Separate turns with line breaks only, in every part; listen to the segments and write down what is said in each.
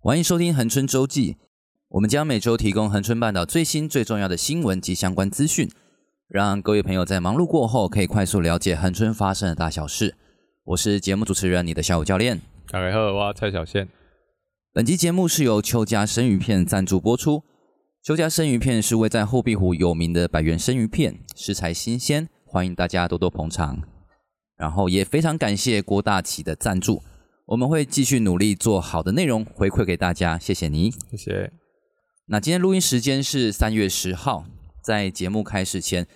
欢迎收听恒春周记，我们将每周提供恒春半岛最新最重要的新闻及相关资讯，让各位朋友在忙碌过后可以快速了解恒春发生的大小事。我是节目主持人，你的小五教练。
大家好，我是蔡小宪。
本集节目是由邱家生鱼片赞助播出。邱家生鱼片是位在后壁湖有名的百元生鱼片，食材新鲜，欢迎大家多多捧场。然后也非常感谢郭大奇的赞助，我们会继续努力做好的内容回馈给大家，谢谢你。
谢谢。
那今天录音时间是三月十号，在节目开始前，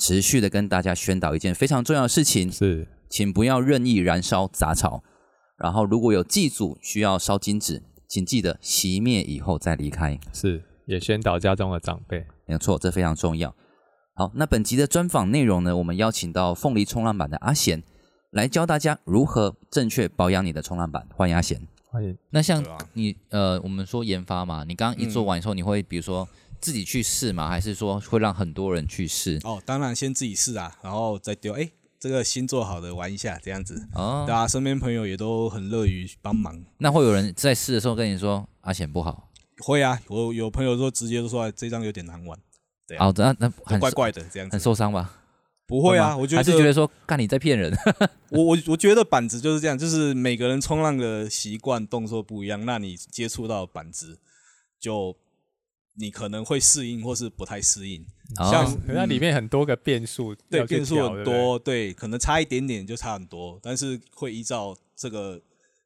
持续的跟大家宣导一件非常重要的事情，
是
请不要任意燃烧杂草。然后，如果有祭祖需要烧金纸，请记得熄灭以后再离开。
是，也宣导家中的长辈。
没有错，这非常重要。好，那本集的专访内容呢，我们邀请到凤梨冲浪板的阿贤来教大家如何正确保养你的冲浪板。欢迎阿贤。
欢迎。
那像
对啊
你呃，我们说研发嘛，你刚刚一做完以后，你会比如说自己去试嘛，还是说会让很多人去试？
哦，当然先自己试啊，然后再丢。哎，这个新做好的玩一下，这样子。
哦
对，啊，身边朋友也都很乐于帮忙。
那会有人在试的时候跟你说阿显不好，
会啊，我有朋友说直接就说哎这张有点难玩，对啊
哦，那那
都
很
怪
受
怪的这样
很
子。
受伤吧？
不会啊，
吗
我觉
还是觉
得
得说干你在骗 人，
我我我觉得板子就是这样，就是每个人冲浪的习惯动作不一样，那你接触到的板子就你可能会适应或是不太适应。像
哦，
可是它里面很多个变数
嗯对
要去
变数
调
很。多，对，可能差一点点就差很多，但是会依照这个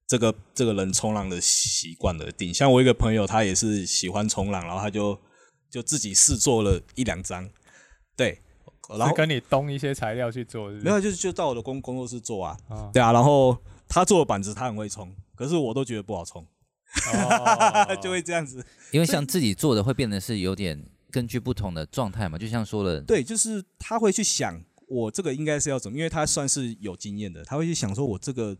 这个这个人冲浪的习惯而定。像我一个朋友，他也是喜欢冲浪，然后他就就自己试做了一两张，对，
对不对
然
哦是
后
跟你东一些材料去做，是不是
没有就是就到我的工工作室做啊，
啊
对啊，然后他做的板子他很会冲，可是我都觉得不好冲，
哦
就会这样子。
因为像自己做的会变得是有点根据不同的状态嘛，就像说了，
对，就是他会去想我这个应该是要怎么，因为他算是有经验的，他会去想说我这个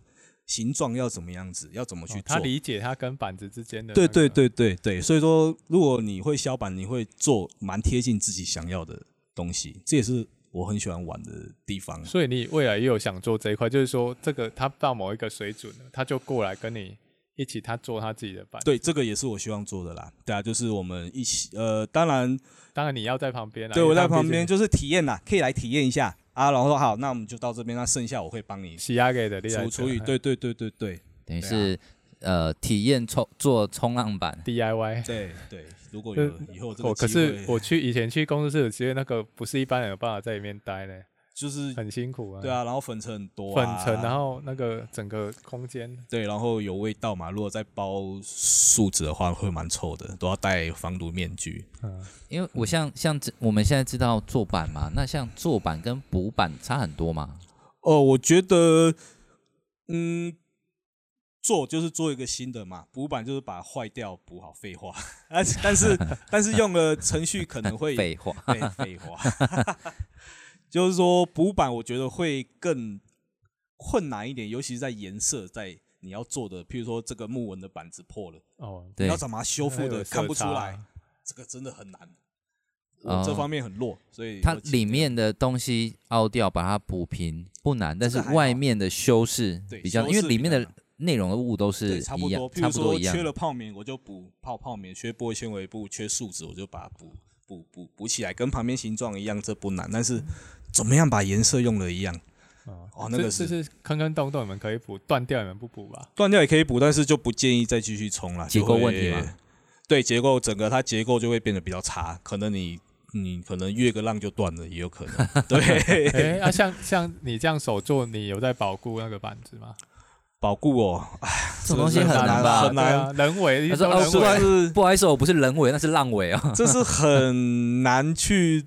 形状要怎么样子，要怎么去
哦
做。
他理解他跟板子之间的。
对对。对对对，所以说如果你会削板，你会做蛮贴近自己想要的东西，这也是我很喜欢玩的地方。
所以你未来也有想做这一块，就是说这个他到某一个水准了，他就过来跟你一起，他做他自己的板。，
对，这个也是我希望做的啦。对啊，就是我们一起，呃，当然，
当然你要在旁边啦。
对
因
我
为
在
他毕
旁
竟
边就是体验啦，可以来体验一下啊。然后说好，那我们就到这边，那剩下我会帮你
洗压给的呃厉害
除除以，对对对对对啊
等于是呃体验冲做冲浪板，
DIY。
对对，如果
对
有以后有这
我呃
个
哦可
机
是
会，
我去以前去公司室，其实那个不是一般人有办法在里面待的，
就是
很辛苦啊。
对啊，然后粉尘很多、
粉
啊，
尘，然后那个整个空间，
对，然后有味道嘛。如果再包树脂的话，会蛮臭的，都要戴防毒面具。
嗯，
因为我像像这我们现在知道做板嘛，那像做板跟补板差很多嘛，
哦，我觉得，嗯，做就是做一个新的嘛，补板就是把坏掉补好，废话。 但是但是但是用了程序可能会
废话，
对废话， 就是说补板我觉得会更困难一点，尤其是在颜色，在你要做的，譬如说这个木纹的板子破了，
哦，
你
对
要，怎么修
那
复
哎有
的
色
看不出
差
来，这个真的很难。
哦
我这方面很弱，所以
它
我记得
里面的东西凹掉，把它补平不难，但是
还好
外面的修饰
对
比较，
修
因为
饰
里
比
面
较
的
难
内容的物都是
对，差
一
不
样
多。，譬
差
如
不多
说
一样
缺。了泡棉，我就补泡泡棉；缺玻璃纤维布，缺树脂，我就把它补补补补起来，跟旁边形状一样，这不难。但是怎么样把颜色用的一样，
哦
哦那个
这这是坑坑洞洞，你们可以补，断掉你们不补 吧？
断掉也可以补，但是就不建议再继续冲了。
结
就
构
会
问题吗？
对，结构整个它结构就会变得比较差，可能你你可能越个浪就断了，也有可能。 对，
哎，啊，像像你这样手做，你有在保护那个板子吗？
保固哦，
这种东西
这
很
个
难
很
吧？
很难
对啊人为，
他
一
说
说
哦
人
是吧
为，
是
不好意思，我不是人为，那是浪尾啊。
这是很难去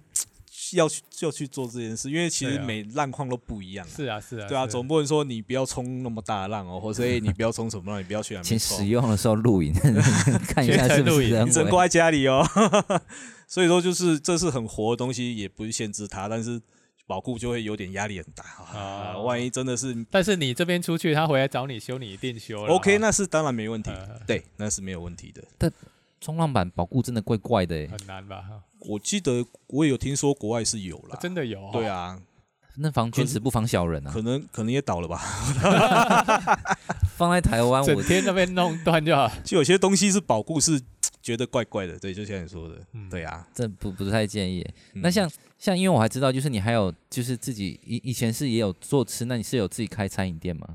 要去要去做这件事，因为其实
对啊
每浪况都不一样、啊。
是啊是啊，
对啊，
是
总不能说你不要冲那么大的浪哦，或者哎、你不要冲什么浪，你不要去哪
请
边
使
冲，
用的时候录影， 看一下是不是人
你
欸
只能
为。
挂在家里哦。 所以说就是这是很活的东西，也不是限制它，但是保护就会有点压力很大啊。
哦
万一真的是
但是你这边出去，他回来找你修，你一定修了。哦
OK，那是当然没问题，
呃
对，那是没有问题的。
冲浪板保固真的怪怪的欸，
很难吧？
我记得我也有听说国外是有啦，
真的有哦
对啊，
那防君子不防小人啊
可。能可能也倒了吧。
放在台 湾，
整
我
天那边弄断就好。
就有些东西是保固是觉得怪怪的，对，就像你说的，
嗯
对啊，
这不不太建议。
嗯
那像像因为我还知道，就是你还有就是自己以以前是也有做吃，那你是有自己开餐饮店吗？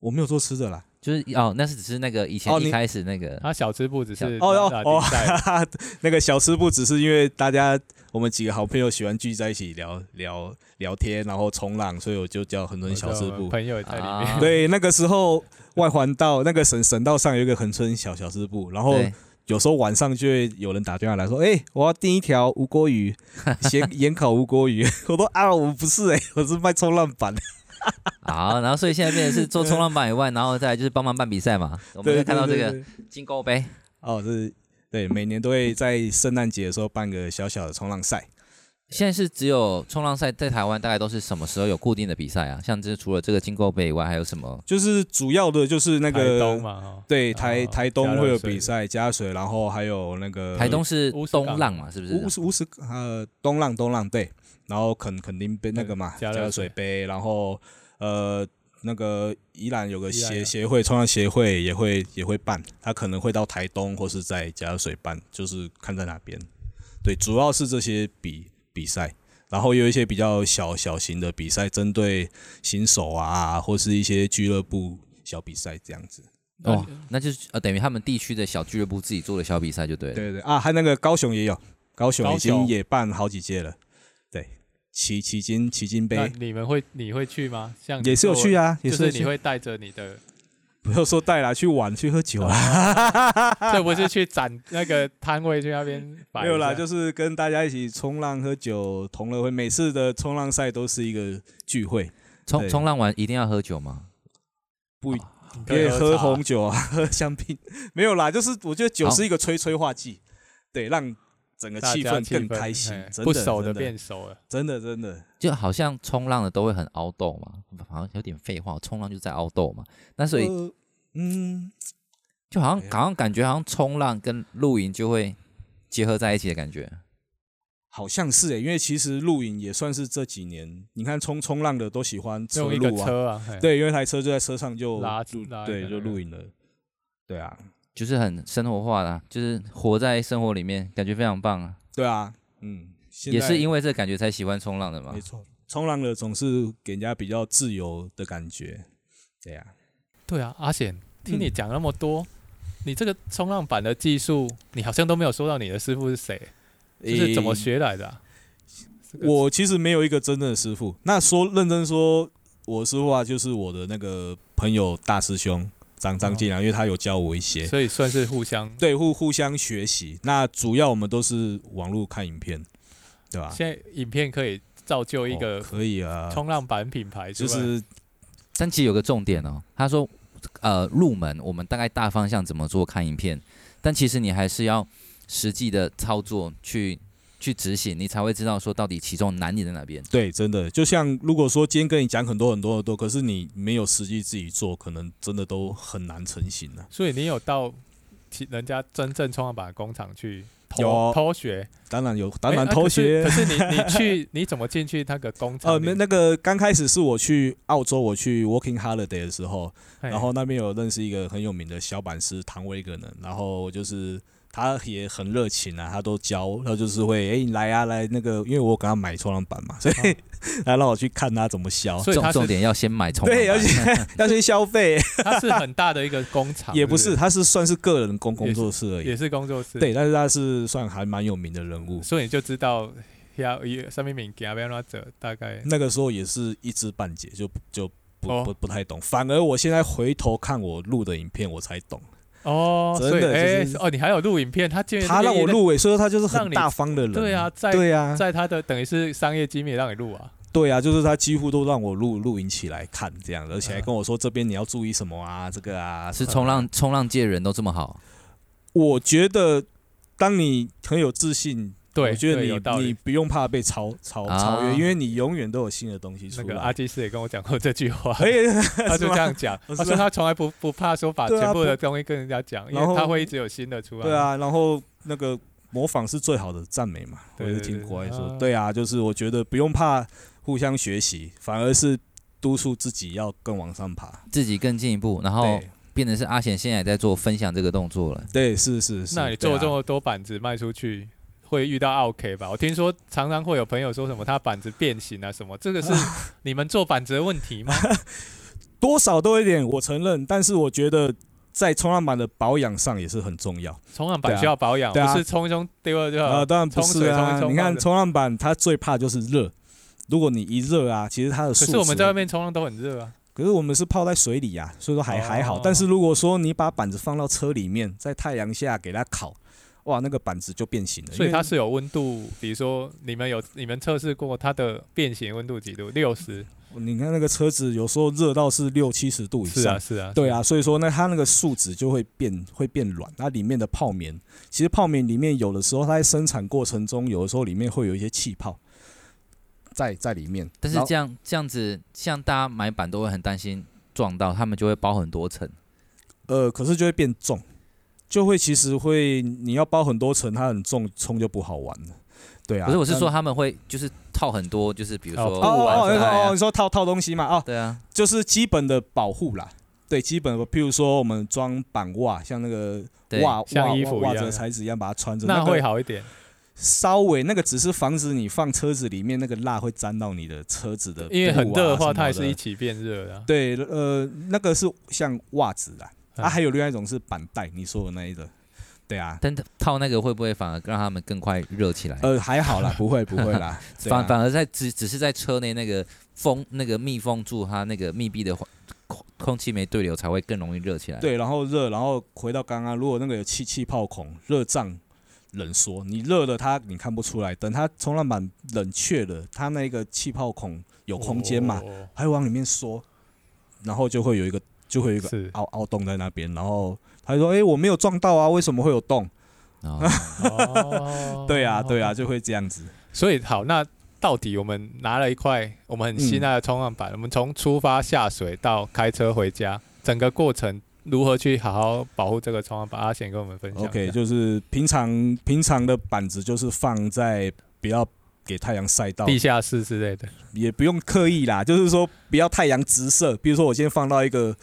我没有做吃的啦，
就是哦，那是只是那个以前
哦
一
你
开始那个，
他小吃部只是
哦
打
哦
底
哦，
赛
哈哈，那个小吃部只是因为大家我们几个好朋友喜欢聚在一起聊聊聊天，然后冲浪，所以我就叫很多人小吃
我知道我
部。
朋友也在里
啊
面。
对，那个时候外环道那个省省道上有一个恒春小小吃部，然后
对，
有时候晚上就会有人打电话来说：“哎、我要订一条无 锅鱼，咸盐烤无锅鱼。”我说：“啊，我不是哎、我是卖冲浪板。
好，然后所以现在变成是做冲浪板以外，然后再来就是帮忙办比赛嘛。我”们
对，
就看到这
对对
个
对
金钩杯，
哦，这是对，每年都会在圣诞节的时候办个小小的冲浪赛。
现在是只有冲浪赛在台湾大概都是什么时候有固定的比赛啊？像这除了这个金钩杯以外，还有什么？
就是主要的就是 那
台
个
东嘛，哦
对台
哦
台东会有比赛，加水，然后还有那个
台东是
乌石港
东浪嘛，是不
乌
是？
乌石呃东浪东浪对，然后肯肯定杯那个嘛
对
加
加热
热
水
水杯，然后呃那个宜兰有个
宜兰
协
有
协会冲浪协会也会也会办，他可能会到台东或是在加热水办，就是看在哪边。对，主要是这些比比赛，然后也有一些比较小小型的比赛，针对新手啊，或是一些俱乐部小比赛这样子。
哦，那就是呃，等于他们地区的小俱乐部自己做的小比赛就对了。
对对啊，还有那个高雄也有，高雄已
高
经
雄
也办好几届了。对，旗旗津旗津
那
杯
你们会你会去吗？像
也是有去
啊，
啊，也
就是
有
是你
去，
会带着你 的，
不要说带啦，去玩去喝酒啊，
这不是去展那个摊位去那边摆一下？
没有啦，就是跟大家一起冲浪喝酒，同乐会。每次的冲浪赛都是一个聚会，
冲
对
冲浪完一定要喝酒吗？
不
你可
可以喝
茶
红酒啊，喝香槟，没有啦，就是我觉得酒
好
是一个催催化剂，对，让整个
大
气
家
氛
气
更开心
哎，
真
不
的
熟的
真的
变熟了。
真的真的，
就好像冲浪的都会很凹斗嘛，好像有点废话，冲浪就在凹斗嘛。那所以
呃嗯，
就好像
哎呀
好像感觉好像冲浪跟露营就会结合在一起的感觉。
好像是诶、欸因为其实露营也算是这几年，你看冲冲浪的都喜欢车
用一个
路啊，
车啊，嘿，
对，因为台车就在车上就
拉
就
拉一
对
个嗯
就
那个
露营了，对啊，
就是很生活化啦、就是活在生活里面，感觉非常棒啊！
对啊，嗯，现
也
在
是因为这感觉才喜欢冲浪的嘛
没。错，冲浪的总是给人家比较自由的感觉，对啊，
对啊，阿显，听
嗯
你讲那么多，你这个冲浪板的技术，你好像都没有说到你的师傅是谁，就是怎么
诶
学来的啊、这个
欸我其实没有一个真正的师傅。那说认真说，我师傅啊，就是我的那个朋友大师兄张
哦
张进良，因为他有教我一些，
所以算是互相。
对互互相学习。那主要我们都是网络看影片，对吧？
现在影片可以造就一
啊哦
个
可以啊，
冲浪板品牌出
就
来，
是
但其实有个重点哦，他说，呃，入门我们大概大方向怎么做看影片，但其实你还是要实际的操作去去执行，你才会知道说到底其中难点在哪边。
对，真的，就像如果说今天跟你讲很多很多很多，可是你没有实际自己做，可能真的都很难成型啊。
所以你有到其人家真正冲浪板的工厂去
有
偷
哦
偷学，
当然有，当然
哎啊
偷
可是
学。
可是你你去 你怎么进去那个工厂
呃，
里？
没那个刚开始是我去澳洲，我去 working holiday 的时候，
嘿
然后那边有认识一个很有名的小板师唐威格呢，然后就是他也很热情啊，他都教，他就是会哎、你来啊来那个，因为我有给他买冲浪板嘛，所以、他让我去看他怎么削，
所
哦
以
重
它
重
是
点要先买冲浪
对，要
板
去要去消费，
它是很大的一个工厂，
也
不
不是，他是算是个人工工作室而已
也，是工作室，，
对，但是他是算还蛮有名的人物，
所以你就知道要上面名给阿贝拉者大概
那个时候也是一知半解，就就不、
哦
不不太懂，反而我现在回头看我录的影片，我才懂。
哦，
真
所以
的
哎
就是
哦，你还有录影片，他竟然
他让我，录尾，所以说他就是
让
很
你
大方的人。
对啊，，在
对啊，
在他的等于是商业机密让你录啊，
对啊，就是他几乎都让我录录影起来看这样，而且
嗯
还跟我说这边你要注意什么啊，这个啊。
是冲浪冲浪界人都这么好，
我觉得，当你很有自信，
对，
我觉得
对有道
你你
理。
不用怕被超超
啊
超越，因为你永远都有新的东西出
那个阿
来。
基斯也跟我讲过这句 话，
哎，
他
是
啊就
吗
这样讲，
我
他
知
说
道
他从来不不怕说把
对啊
全部的东西跟人家讲，因
然
为
后
他会一直有新的出来。
对，啊，然后那个模仿是最好的赞美嘛，我
对
也是
对
听
对
国外
啊
说，对啊，就是我觉得不用怕互相学习，反而是督促自己要更往上爬。
自己更进一步，然后
对
变成是阿贤现在也在做分享这个动作了。
对，是是是。
那你做
对
了
啊
这么多板子卖出去，会遇到 OK 吧？我听说常常会有朋友说什么他板子变形啊什么，这个 是你们做板子的问题吗？
多少都有一点，我承认，但是我觉得在冲浪板的保养上也是很重要。
冲浪
对
板
啊
需要保养，
对啊
不是冲一冲丢了就好。
啊，当然不
呃冲
是
水冲一
啊！
冲
你
放
看
着
冲浪板，它最怕就是热。如果你一热啊，其实它的
可
素
是我们
质
在外面冲浪都很热啊。
可是我们是泡在水里啊，所以说还、还好
哦。
但是如果说你把板子放到车里面，在太阳下给它烤，哇，那个板子就变形了。
所以
因为
它是有温度，比如说你们有你们测试过它的变形温度几度？六十。
你看那个车子有时候热到是六七十度以
是
上
啊，，是啊。
对啊，所以说呢，它那个树脂就会变会变软，它里面的泡棉，其实泡棉里面有的时候它在生产过程中，有的时候里面会有一些气泡在在里面，
但是
然后
这样这样子，像大家买板都会很担心撞到，他们就会包很多层。
呃，可是就会变重，就会其实会你要包很多层，它很重，冲就不好玩了。对啊，
可是我是
但
说他们会就是套很多，就是比如
哦
说
哦
布啊
哦
什么的
哦
呀
哦，你说套套东西嘛？哦，
对啊，
就是基本的保护啦。对，基本的，譬如说我们装板袜，像那个
对
袜
像
袜
衣服一
袜
样
子的
的
材质一样，把它穿着，
那
个
会好一点。
稍微那个只是防止你放车子里面那个蜡会沾到你的车子的布啊、
因为很热的
什
话，
么
它也是一起变热的啊。
对呃，那个是像袜子啦，
嗯
啊，还有另外一种是板带，你说的那一个，对啊，
但套那个会不会反而让他们更快热起来？
呃，还好啦，不会不会 啦，对啊
反反而在只只是在车内那个封那个密封住它那个密闭的环空空气没对流，才会更容易热起来。，
对，然后热，然后回到刚刚，如果那个有气气泡孔、热胀冷缩，你热了它你看不出来，等它冲浪板冷却了，它那个气泡孔有空间嘛，
哦
还往里面缩，然后就会有一个就会有一个
是
凹凹洞在那边，然后他就说：“哎、我没有撞到啊，为什么会有洞
哦、
哦
？”对啊，对啊，。就会这样子。
所以好，那到底我们拿了一块我们很心爱的冲浪板，我们从出发下水到开车回家，整个过程如何去好好保护这个冲浪板？阿贤跟我们分享一下。
OK，就是平常平常的板子就是放在不要给太阳晒到，
地下室之类的，
也不用刻意啦，就是说不要太阳直射。比如说我今天放到一个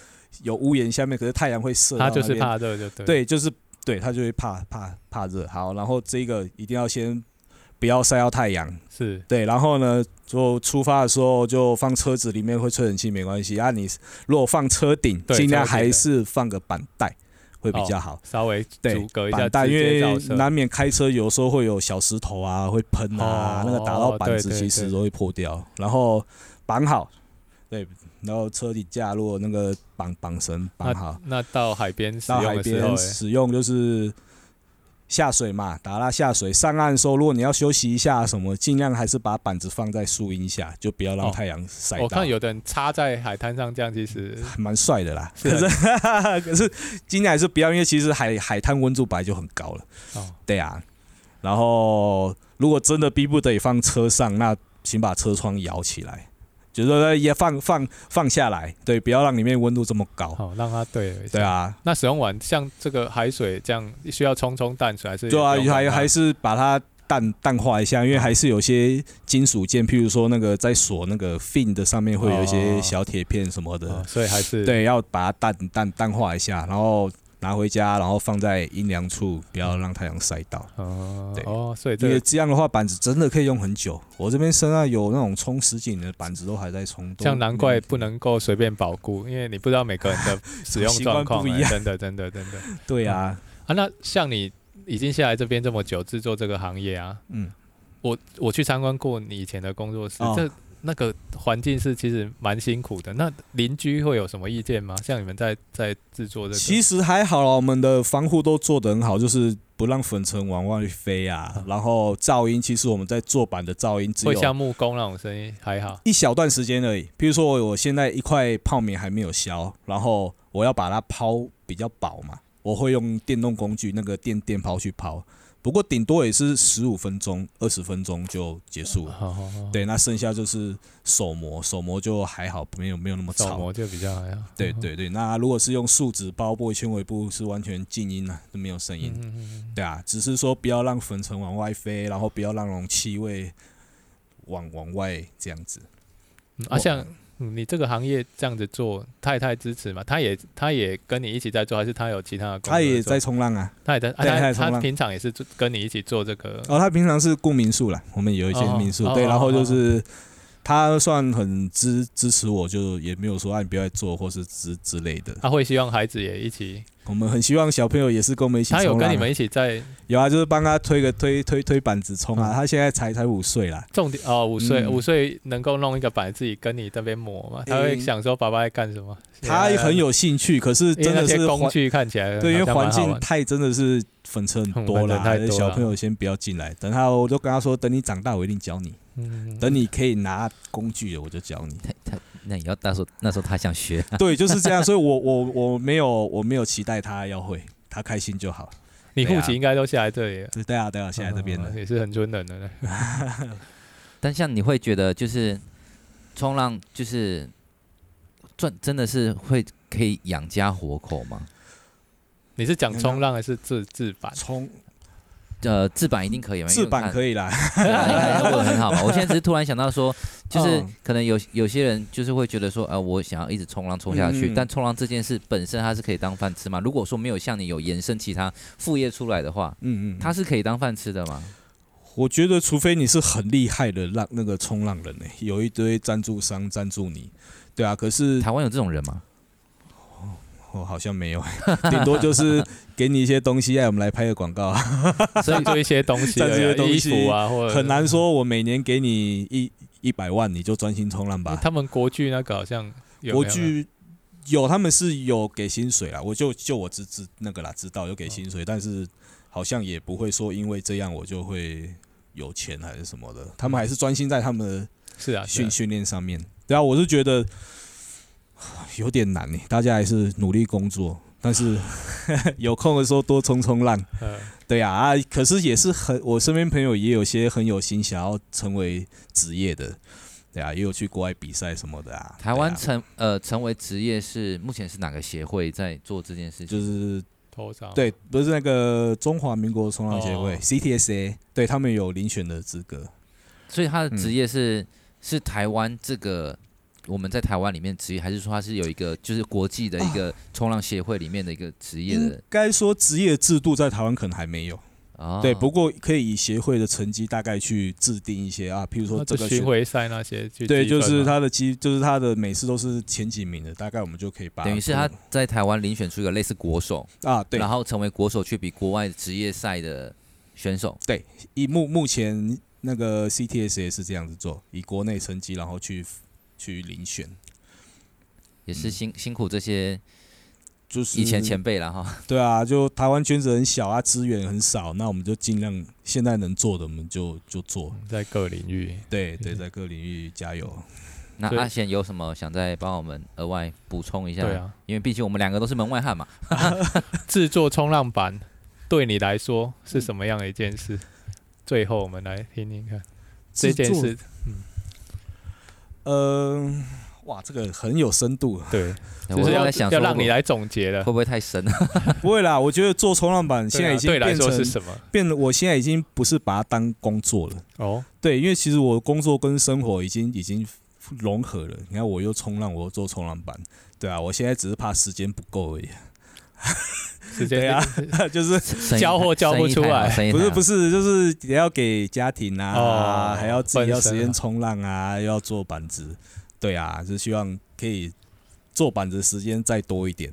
有屋檐下面，可是太阳会射到
他
那
就
边，
是怕热，就对。，
对，就是对他就会怕怕怕热。好，然后这个一定要先不要晒到太阳，
是
对，然后呢，就出发的时候就放车子里面会吹冷气没关系啊。你如果放车顶，
对
尽量
车顶
还
的
是放个板带会比较好。
稍微
对
阻隔一下
板带，
直
因
接
为
照射
难免开车有时候会有小石头啊，会喷啊，
哦
那个打到板子
对对
其实
对
都会破掉。然后绑好，对，然后车底架如果那个绑绑绳绑啊好
那，那到海边使
到
用
海
的时候欸
边，使用就是下水嘛，打拉下水。上岸的时候，如果你要休息一下什么，尽量还是把板子放在树荫下，就不要让
哦
太阳晒
哎
到。
我看有的人插在海滩上，这样其实
还 蛮帅的啦，
是啊
可是 可是今年还是不要，因为其实海海滩温度本来就很高了，
哦，
对啊。然后如果真的逼不得已放车上，那请把车窗摇起来，就是说哎也放放放下来，对，不要让里面温度这么高，
好让它对了一下
对。啊，
那使用完像这个海水这样，需要冲冲淡水还是？
对啊，还还是把它淡淡化一下，因为还是有些金属件，譬如说那个在锁那个 fin 的上面会有一些
哦
小铁片什么的，
哦所以还是
对，要把它淡淡淡化一下，然后拿回家，然后放在阴凉处，不要让太阳晒到。
哦
对
哦，所以这
因为
个
这样的话，板子真的可以用很久。我这边身上有那种冲十几年的板子，都还在冲。都
像难怪不能够随便保固，因为你不知道每个人 的使用
习惯
状况
不一
哎
样
真的真的真的
对啊，
啊。那像你已经下来这边这么久，制作这个行业啊，
嗯，
我我去参观过你以前的工作室，
哦
这那个环境是其实蛮辛苦的。那邻居会有什么意见吗？像你们在在制作这个，
其实还好啦，我们的防护都做得很好，就是不让粉尘往外飞啊。然后噪音，其实我们在做板的噪音只
会像
有
木工那种声音还好，
一小段时间而已。譬如说，我现在一块泡棉还没有削，然后我要把它抛比较薄嘛，我会用电动工具那个电电抛去抛。不过顶多也是十五分钟、二十分钟就结束了。
哦，
对，那剩下就是手磨，手磨就还好，没有没有那么
手
吵。
模就比较还好。
哦
嗯
对对对，那如果是用树脂包玻璃纤维布，是完全静音啊，都没有声音。
嗯，嗯嗯嗯
对啊，只是说不要让粉尘往外飞，
哦
然后不要让那种气味往往外这样子。
嗯啊，像嗯，你这个行业这样子做，太太支持嘛？他也他也跟你一起在做，还是他有其他的工作做？
他也在冲浪啊。
他也在，啊
对他
他
也冲
他
浪
平常也是做跟你一起做这个，
哦，他平常是顾民宿啦，我们有一些
哦
民宿，
哦
对，
哦
然后
哦
就
哦
是他算很支支持我，就也没有说啊你不要再做或是之之类的。
他会希望孩子也一起，
我们很希望小朋友也是跟我们一起冲
他
浪啊。
有跟你们一起在
有啊，就是帮他推个推推推板子冲
嗯
啊。他现在才才五岁啦，
重点哦，五岁
嗯
五岁能够弄一个板自己跟你这边磨嘛，他会
嗯
想说爸爸在干什么，
他
也
很有兴趣，可是
因为
真
那
的
些
是
工
环
具看起来
对，因为
好像蛮
环
好
境
玩的
太真的是粉尘
嗯
很多啦，
粉尘太多了
小朋友先不要进来，等他我都跟他说，等你长大我一定教你，
嗯
等你可以拿工具了我就教 你。
他他那也要那时候那时候他想学，
对，就是这样。所以我我我没有我没有期待他要会，他开心就好。
你
对
户
啊
籍应该都下来这里了，
对，对啊，对啊，现在这边的
嗯，也是很尊人的，
但像你会觉得就是冲浪就是赚真的是会可以养家活口吗？
你是讲冲浪还是自自 板？
冲
呃，制版一定可以吗？
制板
以。
可以啦，
对啊你看他问得很好嘛。我现在只是突然想到 说，就是
嗯
可能有有些人就是会觉得说，呃，我想要一直冲浪冲下去，
嗯
但冲浪这件事本身它是可以当饭吃嘛。如果说没有像你有延伸其他副业出来的话，
嗯嗯，
它
他
是可以当饭吃的嘛？
我觉得除非你是很厉害的浪那个冲浪人呢、欸有一堆赞助商赞助你，对啊，可是啊
台湾有这种人吗？
我好像没有、 顶多就是给你一些东西，哎，我们来拍个广告 啊，
所以做一些东 西而已啊，
赞助一些东西
衣服啊，或者
很难。说我每年给你一一百万你就专心冲浪吧。
他们国剧那个好像有没有
国剧有，他们是有给薪水啦，我就就我知知那个啦，知道有给薪
哦
水，但是好像也不会说因为这样我就会有钱还是什么的，他们还是专心在他们
是啊
的
是啊
训训练上面。对啊，我是觉得 有点难呢、大家还是努力工作，但是 有空的时候多冲冲浪。
嗯
对呀、啊，可是也是很，我身边朋友也有些很有心想要成为职业的，对啊，也有去国外比赛什么的啊。
台
对
湾
啊
成、呃成为职业是目前是哪个协会在做这件事情？
就是
头上
哦
对，不是那个中华民国冲浪协会、
哦
CTSA，对他们有遴选的资格。
所以他的职
嗯
业是、是台湾这个我们在台湾里面职业，还是说他是有一个就是国际的一
啊
个冲浪协会里面的一个职业
应
的
嗯
该说职业制度在台湾可能还没有，
啊？
对，不过可以以协会的成绩大概去制定一些啊，譬如说
那
这
哦就
个
巡
选
回赛那些去
对，
积
就
分
是
嘛
他的基，就是他的每次都是前几名的，大概我们就可以
啊
把
等于是他在台湾遴选出一个类似国手，
啊，对
然，后成为国手去比国外职业赛的选手。
以目目前那个 CTS 也是这样子做，以国内成绩然后去去遴选，
也
嗯
是辛、辛苦这些
就是
以前前辈了 哈，
对啊，就台湾圈子很小啊，资源很少，那我们就尽量现在能做的我们就就做。
嗯在各领域。
对对，在各领域加油。
那
对
阿贤有什么想再帮我们额外补充一下？
对啊，
因为毕竟我们两个都是门外汉嘛。
制作冲浪板对你来说是什么样的一件事？最后我们来听听看这件
制
事。
作，嗯、哇，这个很有深度。
对，
我
就是
都
要
在想
要
说
让你
会
来总结了
不。会来深啊？
不会啦，我觉得做冲浪板现
对啊
在已经
对来
变
说
成
是什么？
变得，我现在已经不是把它当工作了。
哦，
对，因为其实我工作跟生活已经已经融合了。你看，我又冲浪，我又做冲浪板，对啊，我现在只是怕时间不够而已，
时
对
间
啊就是
生意
交货
太
交不出来
生意太
不
好生意太
是
好
不是，就是也要给家庭啊，
哦
还要自己要时
本身
间
啊
冲浪啊，又要做板子，对啊，就希望可以啊做板子的时间再多一点。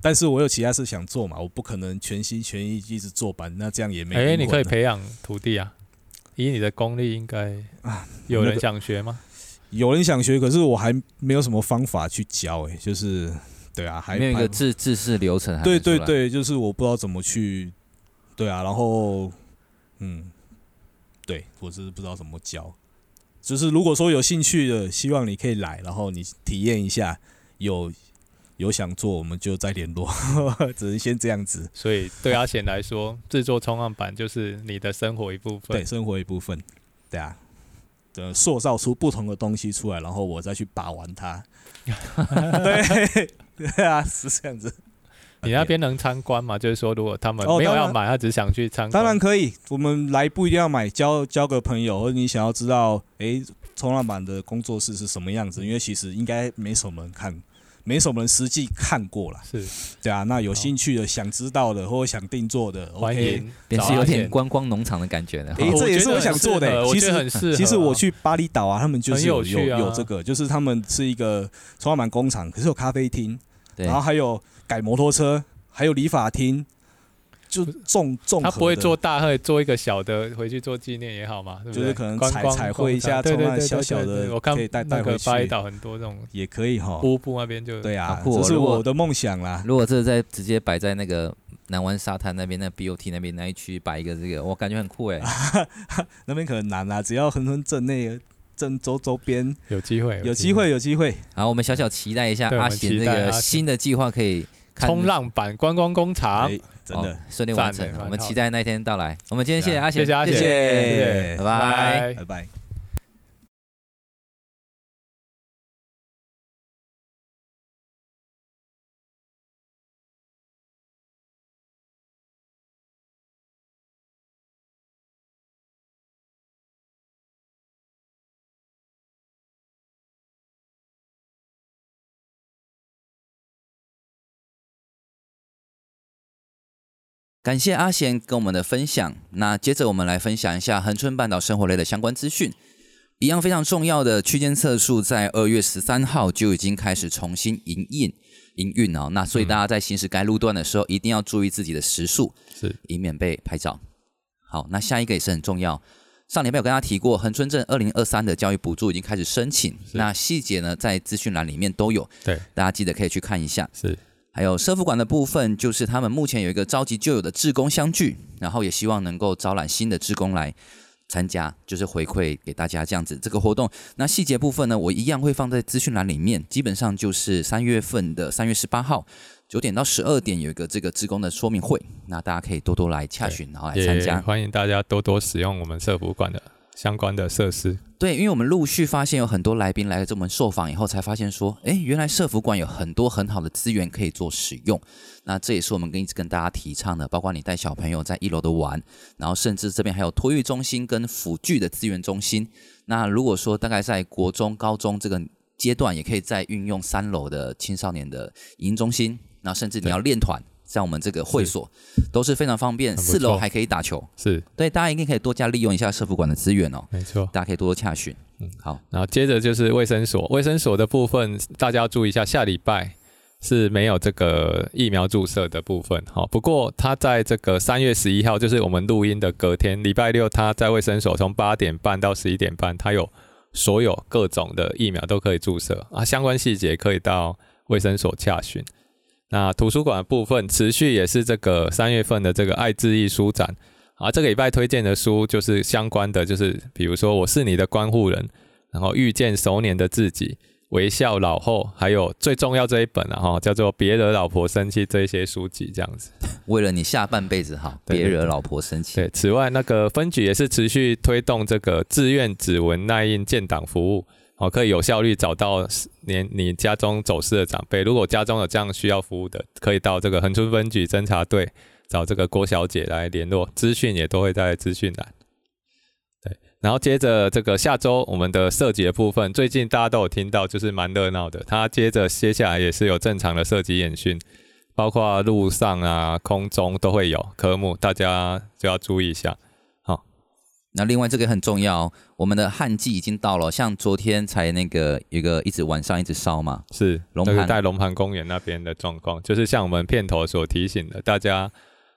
但是我有其他事想做嘛，我不可能全心全意一直做板，那这样也没啊
哎，
灵魂
你可以
了
培养徒弟啊。以你的功力，应该有
啊那
人
个
想学吗？
有人想学，可是我还没有什么方法去教、哎，就是对啊，还
没有一
还
个制制式流程还没
对对
出来，
对，就是我不知道怎么去，对啊，然后嗯，对我是不知道怎么教。就是如果说有兴趣的，希望你可以来，然后你体验一下，有有想做，我们就再联络， 只能先这样子。
所以对阿显来 说，制作冲浪板就是你的生活一部分。
对，生活一部分，对啊，呃，塑造出不同的东西出来，然后我再去把玩它。对，对啊，是这样子。
你那边能参观吗？就是说，如果他们
哦
没有
当然
要买，他只想去参观，
当然可以，我们来不一定要买，交交个朋友，或者你想要知道，诶，冲浪板的工作室是什么样
嗯
子？因为其实应该没什么人看，没什么人实际看过啦。
是
对啊，那有兴趣的、想知道的或想定做的，
欢。迎，
也是有点观
关。
光农场的感觉的。
诶，
我
这也
觉
是
得
我想
很适
做的、
合我
其
觉
实
得很适合
其实我
啊
去巴厘岛啊，他们就是
很
有
有趣啊
有这个，就是他们是一个冲浪板工厂，可是有咖啡厅，
对
然后还有改摩托车，还有理发厅，就重重
他不会
合的
做大会，做一个小的回去做纪念也好嘛，对不
就
对？
是可能
观
彩
光
彩
工
绘一
厂
下
对对
冲浪
对
小
对
小
对
的
对我看
可以带带
那
回
个
去
巴厘岛很多这种
也可以哈。
瀑布那边就
对啊
好，酷哦
这是
如果
我的梦想啦。
如果这在直接摆在那个南湾沙滩那边，那 BOT 那边那一区摆一个这个，我感觉很酷哎。
那边可能难啦，只要恒春镇内、郑州周边
有机会，
有机会，有机会。
好，我们小小期待一下
对我
阿
们
贤
期
这
待
个
阿贤
新的计划可以看
冲浪板观光工厂
哎，，真
哦
的，
顺利完成
赞。耶
我们
蛮好
期待那天到来。我们今天谢谢
是啊
阿贤，
谢谢阿贤
谢
谢
谢，
拜拜。
拜拜。
感谢阿贤跟我们的分享。那接着我们来分享一下恒春半岛生活类的相关资讯。一样非常重要的区间测速，在二月十三号就已经开始重新营运营运哦。那所以大家在行驶该路段的时候，一定要注意自己的时速，
是
以免被拍照。好，那下一个也是很重要。上礼拜有跟大家提过，恒春镇二零二三的教育补助已经开始申请，那细节呢在资讯栏里面都有，
对，
大家记得可以去看一下。
是
还有社福馆的部分，就是他们目前有一个召集旧有的志工相聚，然后也希望能够招揽新的志工来参加，就是回馈给大家这样子这个活动。那细节部分呢，我一样会放在资讯栏里面，基本上就是三月份的三月十八号九点到十二点有一个这个志工的说明会，那大家可以多多来洽询，然后来参
也
加。
欢迎大家多多使用我们社服馆的相关的设施，
对，因为我们陆续发现有很多来宾来这我们受访以后，才发现说，哎，原来社服馆有很多很好的资源可以做使用。那这也是我们跟一直跟大家提倡的，包括你带小朋友在一楼的玩，然后甚至这边还有托育中心跟辅具的资源中心。那如果说大概在国中、高中这个阶段，也可以再运用三楼的青少年的影音中心，然后甚至你要练团，像我们这个会所都是非常方便。
很不
四楼
错
还可以打球，
是
对，大家一定可以多加利用一下社服馆的资源哦。
没错。
大家可以多多洽询。嗯
嗯，
好，
然后接着就是卫生所，卫生所的部分大家要注意一下，下礼拜是没有这个疫苗注射的部分。好，不过它在这个三月十一号，就是我们录音的隔天，礼拜六，它在卫生所从八点半到十一点半，它有所有各种的疫苗都可以注射啊，相关细节可以到卫生所洽询。那图书馆的部分持续也是这个三月份的这个爱智艺书展啊，这个礼拜推荐的书就是相关的，就是比如说《我是你的关护人》，然后遇见熟年的自己，微笑老后，还有最重要这一本啊，哈，叫做《别惹老婆生气》这一些书籍这样子。
为了你下半辈子好，
对
别惹老婆生气。
对，此外那个分局也是持续推动这个自愿指纹耐印建档服务，哦，可以有效率找到连你家中走失的长辈。如果家中有这样需要服务的，可以到这个恒春分局侦查队找这个郭小姐来联络，资讯也都会在资讯栏。对，然后接着这个下周我们的设计的部分，最近大家都有听到，就是蛮热闹的。它接着接下来也是有正常的设计演训，包括路上啊、空中都会有科目，大家就要注意一下。
那另外这个很重要哦，我们的旱季已经到了，像昨天才那个有一个一直晚上一直烧嘛，
是，
龙
那个
盘
在龙盘公园那边的状况，就是像我们片头所提醒的，大家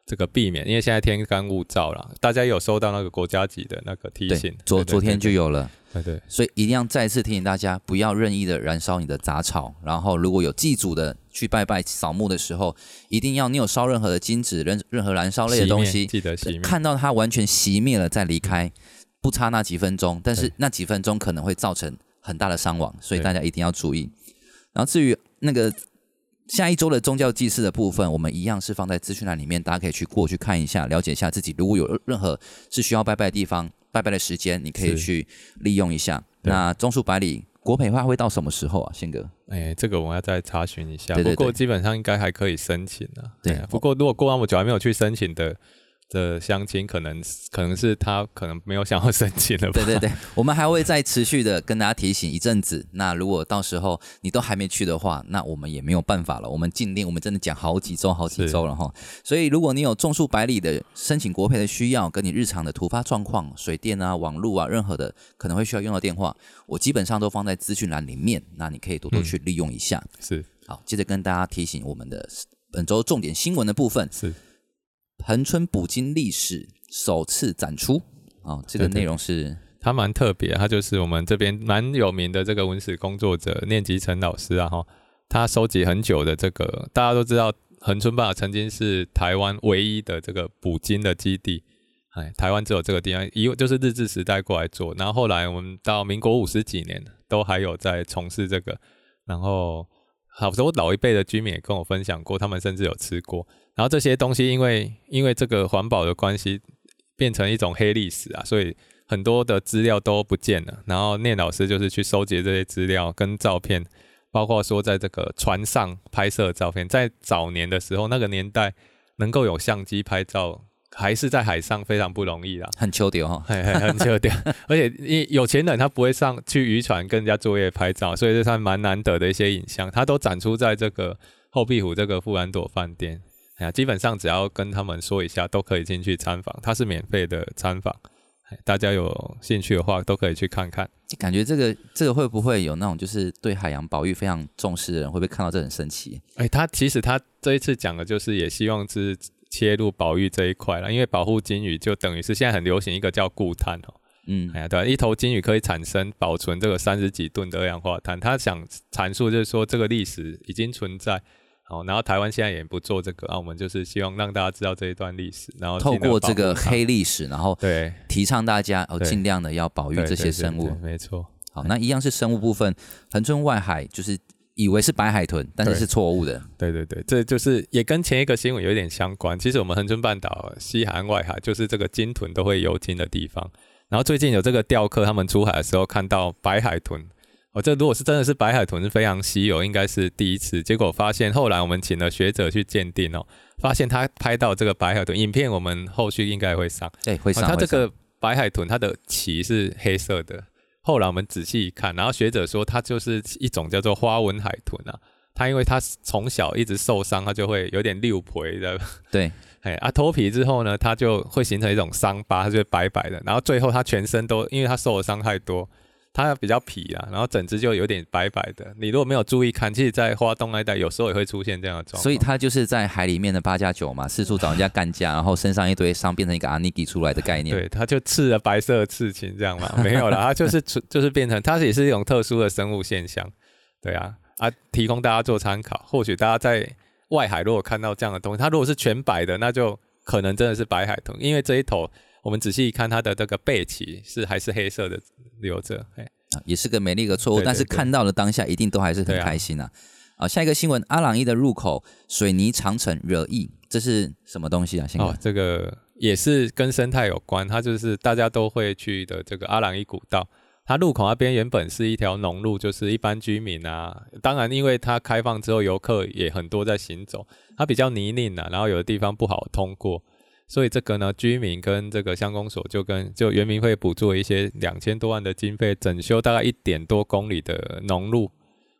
这个避免，因为现在天干物燥啦，大家有收到那个国家级的那个提
对
醒，，
昨
对对
昨天就有了，
对对，
所以一定要再次提醒大家，不要任意的燃烧你的杂草，然后如果有祭祖的去拜拜扫墓的时候，一定要你有烧任何的金纸、任任何燃烧类的
熄
东
灭
西，
记得熄灭。
看到它完全熄灭了再离开，不差那几分钟，但是
对
那几分钟可能会造成很大的伤亡，所以
对
大家一定要注意。然后至于那个下一周的宗教祭祀的部分，我们一样是放在资讯栏里面，大家可以去过去看一下，了解一下自己如果有任何是需要拜拜的地方、拜拜的时间，你可以
是
去利用一下。
对
那中树百里国培化会到什么时候啊？宪哥，
哎，这个我要再查询一下。
对对对
不过基本上应该还可以申请啊。
对
哎呀不过如果过那么久还没有去申请的的相亲，可能可能是他可能没有想要申请 了吧？
对对对，我们还会再持续的跟大家提醒一阵子。那如果到时候你都还没去的话，那我们也没有办法了。我们禁令，我们真的讲好几周、好几周了哈。所以如果你有种树百里的申请国赔的需要，跟你日常的突发状况、水电啊、网络啊，任何的可能会需要用到电话，我基本上都放在资讯栏里面，那你可以多
嗯
多去利用一下。
是
好，接着跟大家提醒我们的本周重点新闻的部分，
是，
恒春捕鲸历史首次展出。哦，这个
对对
内容是
他蛮特别，他就是我们这边蛮有名的这个文史工作者念吉成老师啊，哈，他收集很久的这个，大家都知道恒春坝曾经是台湾唯一的这个捕鲸的基地，哎，台湾只有这个地方，以就是日治时代过来做，然后后来我们到民国五十几年都还有在从事这个，然后好多老一辈的居民也跟我分享过，他们甚至有吃过，然后这些东西因为因为这个环保的关系，变成一种黑历史啊，所以很多的资料都不见了，然后念老师就是去收集这些资料跟照片，包括说在这个船上拍摄的照片，在早年的时候那个年代，能够有相机拍照，还是在海上非常不容易啦。
很秋丢 哈、哦。
很很很丢掉，而且一有钱人他不会上去渔船跟人家作业拍照，所以这算蛮难得的一些影像，他都展出在这个后壁湖这个富兰朵饭店。哎呀，基本上只要跟他们说一下，都可以进去参访，它是免费的参访，哎大家有兴趣的话都可以去看看。
就感觉这个这个会不会有那种就是对海洋保育非常重视的人，会不会看到这很生气？
哎，他其实他这一次讲的就是也希望是切入保育这一块了，因为保护金鱼就等于是现在很流行一个叫固碳哦，
嗯
哎，呀，对、啊，一头鲸鱼可以产生保存这个三十几吨的二氧化碳。他想阐述就是说，这个历史已经存在，好、然后台湾现在也不做这个啊，我们就是希望让大家知道这一段历史，然后
透
尽量
过这个
保护它
黑历史，然后
对
提倡大家哦，
对
尽量的要保育
对
这些
对
生
对
物
对。没错，
好，那一样是生物部分，恒春外海就是以为是白海豚，但是
对
是错误的。
对对对，这就是也跟前一个新闻有点相关。其实我们恒春半岛西海岸外海就是这个鲸豚都会游经的地方，然后最近有这个钓客他们出海的时候看到白海豚。哦，这如果是真的是白海豚是非常稀有，应该是第一次。结果发现后来我们请了学者去鉴定哦，发现他拍到这个白海豚影片，我们后续应该会上。
对，哎会
哦
上、
它
会
这
上
个白海豚，它的鳍是黑色的。后来我们仔细一看，然后学者说它就是一种叫做花纹海豚啊。它因为它从小一直受伤，它就会有点溜皮的。
对，
哎啊，脱皮之后呢，它就会形成一种伤疤，它就会白白的。然后最后它全身都，因为它受的伤太多，它比较皮啊，然后整只就有点白白的。你如果没有注意看，其实，在花东那一带有时候也会出现这样的状况。
所以它就是在海里面的八加九嘛，四处找人家干架，然后身上一堆伤，变成一个阿尼基出来的概念。
对，它就刺了白色的刺青，这样嘛？没有啦，它就是纯就是变成，它也是一种特殊的生物现象。对啊，啊，提供大家做参考。或许大家在外海如果看到这样的东西，它如果是全白的，那就可能真的是白海豚，因为这一头我们仔细一看它的这个背鳍是还是黑色的留着。哎，
啊也是个美丽的错误，
对对
但是
对
看到了当下，一定都还是很
对啊
开心啊。啊，下一个新闻，阿朗伊的入口水泥长城惹议，这是什么东西啊？先
哦，这个也是跟生态有关，它就是大家都会去的这个阿朗伊古道。它路口那边原本是一条农路，就是一般居民啊，当然因为它开放之后，游客也很多在行走，它比较泥泞啊，然后有的地方不好通过，所以这个呢，居民跟这个乡公所就跟就原民会补助了一些两千多万的经费，整修大概一点多公里的农路。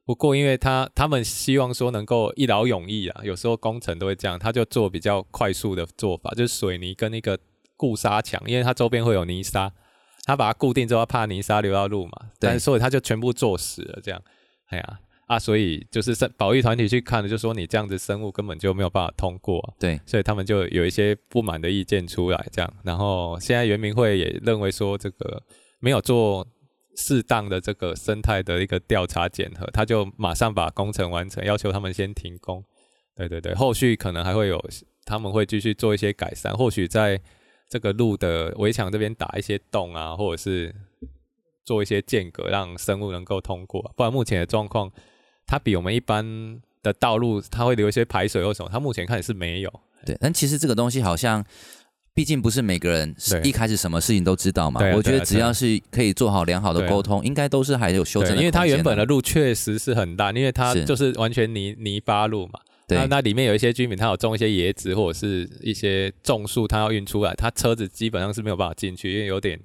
不过，因为他他们希望说能够一劳永逸啊，有时候工程都会这样，他就做比较快速的做法，就是水泥跟那个固沙墙，因为它周边会有泥沙，他把它固定之后，他怕泥沙流到路嘛，
对
但是所以他就全部做死了这样，哎呀啊，所以就是生保育团体去看了，就说你这样子生物根本就没有办法通过啊、
对
所以他们就有一些不满的意见出来，这样。然后现在圆明会也认为说，这个没有做适当的这个生态的一个调查检核，他就马上把工程完成，要求他们先停工。对对对，后续可能还会有，他们会继续做一些改善，或许在这个路的围墙这边打一些洞啊，或者是做一些间隔，让生物能够通过。不然目前的状况，它比我们一般的道路，它会留一些排水或什么，它目前看也是没有。
对，但其实这个东西好像毕竟不是每个人是
对
一开始什么事情都知道嘛
对啊。
我觉
对
得
啊
只要是可以做好良好的
对啊
沟通，应该都是还有修正
对，
的
因为它
空间
原本的路确实是很大，因为它
是
就是完全泥泥巴路嘛。那
对
那里面有一些居民，他有种一些椰子或者是一些种树，他要运出来，他车子基本上是没有办法进去，因为有点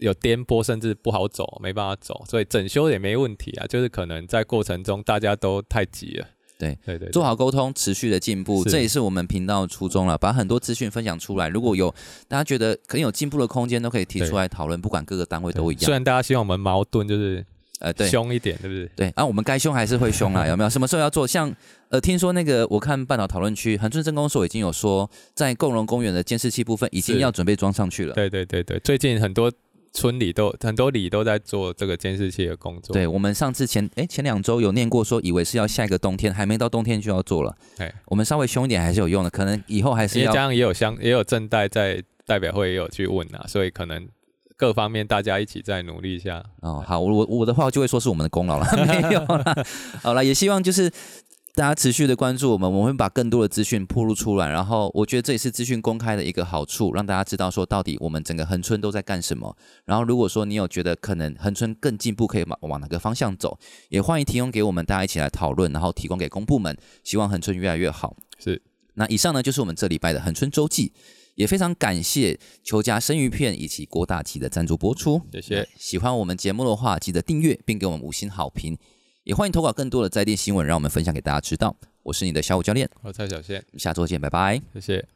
有颠簸，甚至不好走，没办法走，所以整修也没问题啊。就是可能在过程中大家都太急了，
对
对对，
做好沟通，持续的进步，
是
这也是我们频道的初衷了。把很多资讯分享出来，如果有大家觉得可能有进步的空间，都可以提出来讨论，不管各个单位
对
都一
虽
样。
然大家希望我们矛盾就是
呃，对。
凶一点，对不对？
对，啊，我们该凶还是会凶啊 啦，有没有？什么时候要做？像呃，听说那个我看半岛讨论区，恒春镇公所已经有说，在共荣公园的监视器部分已经
是
要准备装上去了。
对对对对，最近很多村里都很多里都在做这个监视器的工作。
对，我们上次前哎前两周有念过说，以为是要下一个冬天，还没到冬天就要做了。
哎
我们稍微凶一点还是有用的，可能以后还是
因为
要
加上也有相也有正代在代表会也有去问啊，所以可能各方面大家一起再努力一下。
哦。好，我我我的话就会说是我们的功劳了， 没有啦。好了，也希望就是。大家持续的关注我们，我们会把更多的资讯铺露出来。然后，我觉得这也是资讯公开的一个好处，让大家知道说到底我们整个恒春都在干什么。然后，如果说你有觉得可能恒春更进步，可以往往哪个方向走，也欢迎提供给我们大家一起来讨论，然后提供给公部门，希望恒春越来越好。
是，
那以上呢就是我们这礼拜的恒春周记，也非常感谢邱家生鱼片以及郭大奇的赞助播出。
谢谢。
喜欢我们节目的话，记得订阅并给我们五星好评，也欢迎投稿更多的在地新闻，让我们分享给大家知道。我是你的小五教练，
我蔡小宪，
下周见，拜拜。
谢谢。